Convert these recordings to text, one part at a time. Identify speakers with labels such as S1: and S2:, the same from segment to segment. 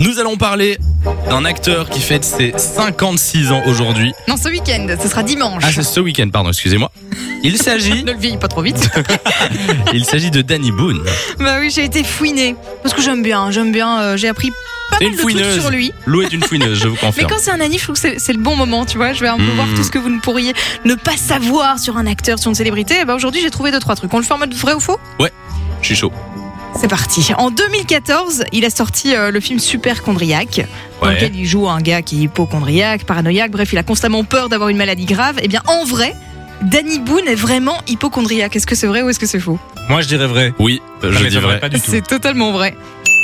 S1: Nous allons parler d'un acteur qui fête ses 56 ans aujourd'hui.
S2: Non, ce week-end, ce sera dimanche.
S1: Ah, c'est ce week-end, pardon, excusez-moi. Il s'agit,
S2: Ne le vieillis pas trop vite.
S1: il s'agit de Danny Boone.
S2: bah oui, j'ai été fouinée. Parce que j'aime bien, j'aime bien. euh, j'ai appris pas
S1: T'es
S2: mal
S1: une
S2: de trucs
S1: fouineuse.
S2: sur lui.
S1: Lou est une fouineuse, je vous
S2: Mais
S1: confirme.
S2: quand c'est un anniv, je trouve que c'est- c'est le bon moment, tu vois. Je vais un peu
S1: Mmh.
S2: voir tout ce que vous ne pourriez ne pas savoir sur un acteur, sur une célébrité. Et bah aujourd'hui, j'ai trouvé deux, trois trucs. On le fait en mode vrai ou faux
S1: Je suis chaud.
S2: C'est parti. En 2014, il a sorti euh, le film Superchondriaque, dans
S1: Ouais.
S2: lequel il joue un gars qui est hypochondriaque, paranoïaque, bref, il a constamment peur d'avoir une maladie grave. Et bien, en vrai, Danny Boone est vraiment hypochondriaque. Est-ce que c'est vrai ou est-ce que c'est faux
S3: Moi, je dirais vrai.
S1: Oui,
S3: Ça
S1: je dis
S3: m'étonnerait
S1: vrai.
S3: Pas du tout.
S2: C'est totalement vrai.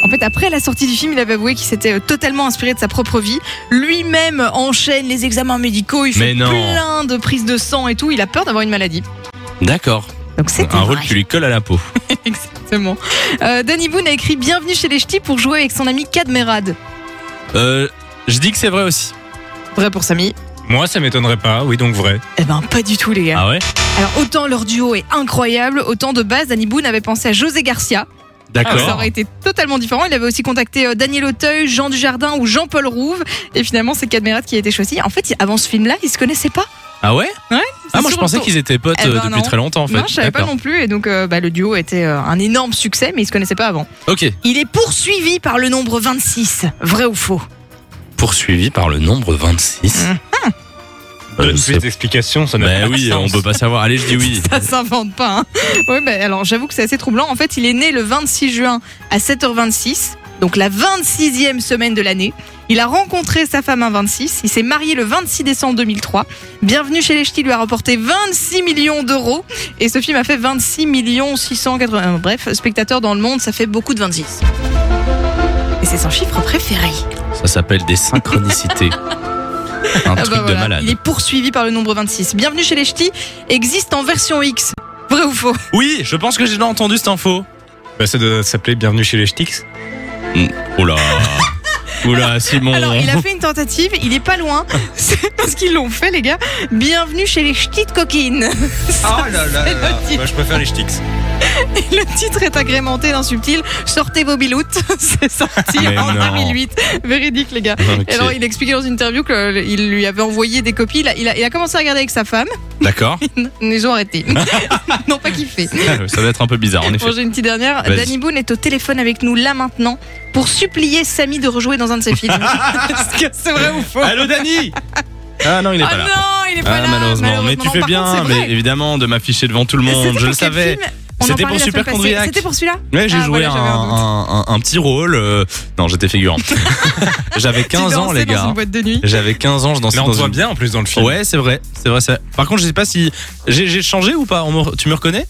S2: En fait, après la sortie du film, il avait avoué qu'il s'était euh, totalement inspiré de sa propre vie. Lui-même enchaîne les examens médicaux, il fait
S1: Mais non.
S2: plein de prises de sang et tout. Il a peur d'avoir une maladie.
S1: D'accord.
S2: Donc c'est
S1: Un rôle qui lui colle à la peau.
S2: Exactement. Euh, Danny Boone a écrit Bienvenue chez les Ch'tis pour jouer avec son ami Cadmerad.
S1: Euh, je dis que c'est vrai aussi.
S2: Vrai pour Samy.
S3: Moi, ça m'étonnerait pas. Oui, donc vrai.
S2: Eh ben, pas du tout, les gars.
S1: Ah ouais
S2: Alors, autant leur duo est incroyable, autant de base, Danny Boone avait pensé à José Garcia.
S1: D'accord.
S2: Ah, Ça aurait été totalement différent. Il avait aussi contacté euh, Daniel Auteuil, Jean Dujardin ou Jean-Paul Rouve. Et finalement, c'est Cadmerat qui a été choisi. En fait, avant ce film-là, ils se connaissaient pas.
S1: Ah ouais Ah moi je
S2: sur le
S1: pensais
S2: tour.
S1: qu'ils étaient potes
S2: Eh ben
S1: euh, depuis
S2: non.
S1: très longtemps en fait.
S2: Non, je savais pas
S1: D'accord.
S2: non plus. Et donc, euh, bah, le duo était euh, un énorme succès, mais ils se connaissaient pas avant.
S1: Ok.
S2: Il est poursuivi par le nombre 26. Vrai ou faux
S1: Poursuivi par le nombre
S2: Mmh.
S1: 26. Euh,
S3: Donne
S1: c'est-
S3: plus d'explications, ça n'a
S1: bah
S3: pas de
S1: oui, on
S3: sens.
S1: peut pas savoir. Allez, je dis oui.
S2: Ça s'invente pas. Hein. Ouais, bah, alors j'avoue que c'est assez troublant. En fait, il est né le 26 juin à 7h26, donc la 26e semaine de l'année. Il a rencontré sa femme un 26. Il s'est marié le 26 décembre 2003. Bienvenue chez les Ch'tis lui a rapporté 26 millions d'euros. Et ce film a fait 26 millions 680. Euh, Bref, spectateurs dans le monde, ça fait beaucoup de 26. Et c'est son chiffre préféré.
S1: Ça s'appelle des synchronicités. Un
S2: Ah
S1: truc
S2: bah
S1: de
S2: voilà,
S1: malade.
S2: Il est poursuivi par le nombre 26. Bienvenue chez les Ch'tis existe en version X. Vrai ou faux
S1: Oui, je pense que j'ai déjà entendu cette info.
S3: Bah, ça doit s'appeler Bienvenue chez les Ch'tiks.
S1: Oula. Oula, Simon.
S2: Alors, il a fait une tentative, il est pas loin. C'est parce qu'ils l'ont fait, les gars. Bienvenue chez les ch'tis de coquines.
S3: Ah là là
S2: là. le titre.
S3: je préfère les Ch'tiks.
S2: Et le titre est agrémenté d'un subtil Sortez vos biloutes. C'est sorti
S1: Mais
S2: en
S1: non.
S2: 2008. Véridique, les gars.
S1: Ok,
S2: Et Alors, il expliquait dans une interview qu'il lui avait envoyé des copies. Il a, il a- il a commencé à regarder avec sa femme.
S1: D'accord.
S2: Ils ont arrêté. non, pas kiffé.
S1: Ça doit être un peu bizarre, en effet.
S2: Bon, j'ai une petite dernière.
S1: Vas-y.
S2: Danny Boone est au téléphone avec nous là maintenant pour supplier Samy de rejouer dans un de ses films. Est-ce que c'est vrai ou faux
S1: Allô, Dani Ah non, il est
S2: Ah
S1: pas là.
S2: non, il est pas
S1: Ah,
S2: là.
S1: malheureusement. Mais tu
S2: Non,
S1: fais
S2: par contre, c'est
S1: bien,
S2: vrai.
S1: mais évidemment, de m'afficher devant tout le
S2: C'était
S1: monde.
S2: pour
S1: Je le
S2: quel
S1: savais.
S2: film On en
S1: C'était pour
S2: parlait la semaine passée.
S1: Superchondriac.
S2: C'était pour celui-là
S1: Ouais, j'ai
S2: Ah,
S1: joué
S2: voilà,
S1: un,
S2: j'avais un
S1: un- un petit rôle. euh, Non, j'étais figurant. J'avais 15
S2: Tu
S1: ans,
S2: dansais
S1: les
S2: Dans
S1: gars.
S2: une boîte de nuit.
S1: J'avais 15 ans, je dansais
S3: Là, on
S1: dans
S3: te voit
S1: une-
S3: bien en plus dans le film.
S1: Ouais, c'est vrai, c'est vrai, c'est vrai. Par contre, je sais pas si j'ai j'ai changé ou pas. On me- Tu me reconnais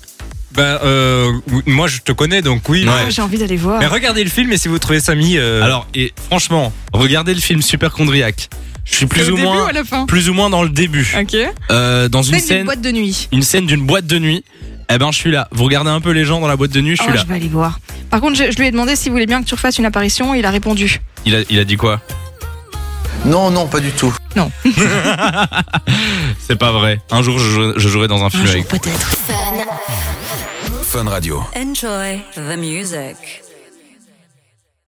S3: Bah, euh, oui, moi, je te connais, donc oui.
S1: Ouais.
S2: Ah, J'ai envie d'aller voir.
S3: Mais regardez le film et si vous trouvez Samy. euh,
S1: Alors, et franchement, regardez le film Superchondriac. Je suis
S2: C'est
S1: plus
S2: au
S1: ou
S2: début
S1: moins,
S2: à la fin.
S1: plus ou moins dans le début.
S2: Ok.
S1: Euh, dans une
S2: Scène d'une
S1: scène,
S2: boîte de nuit.
S1: une scène d'une boîte de nuit. Eh ben, je suis là. Vous regardez un peu les gens dans la boîte de nuit, je suis
S2: Oh,
S1: là.
S2: je vais aller voir. Par contre, je, je lui ai demandé s'il voulait bien que tu refasses une apparition. Il a répondu.
S1: Il a, il a dit quoi
S4: Non, non, pas du tout.
S1: C'est pas vrai. Un jour, je, jouerai- je jouerai dans un film avec.
S2: Peut-être.
S4: Fun Radio.
S5: Enjoy the music.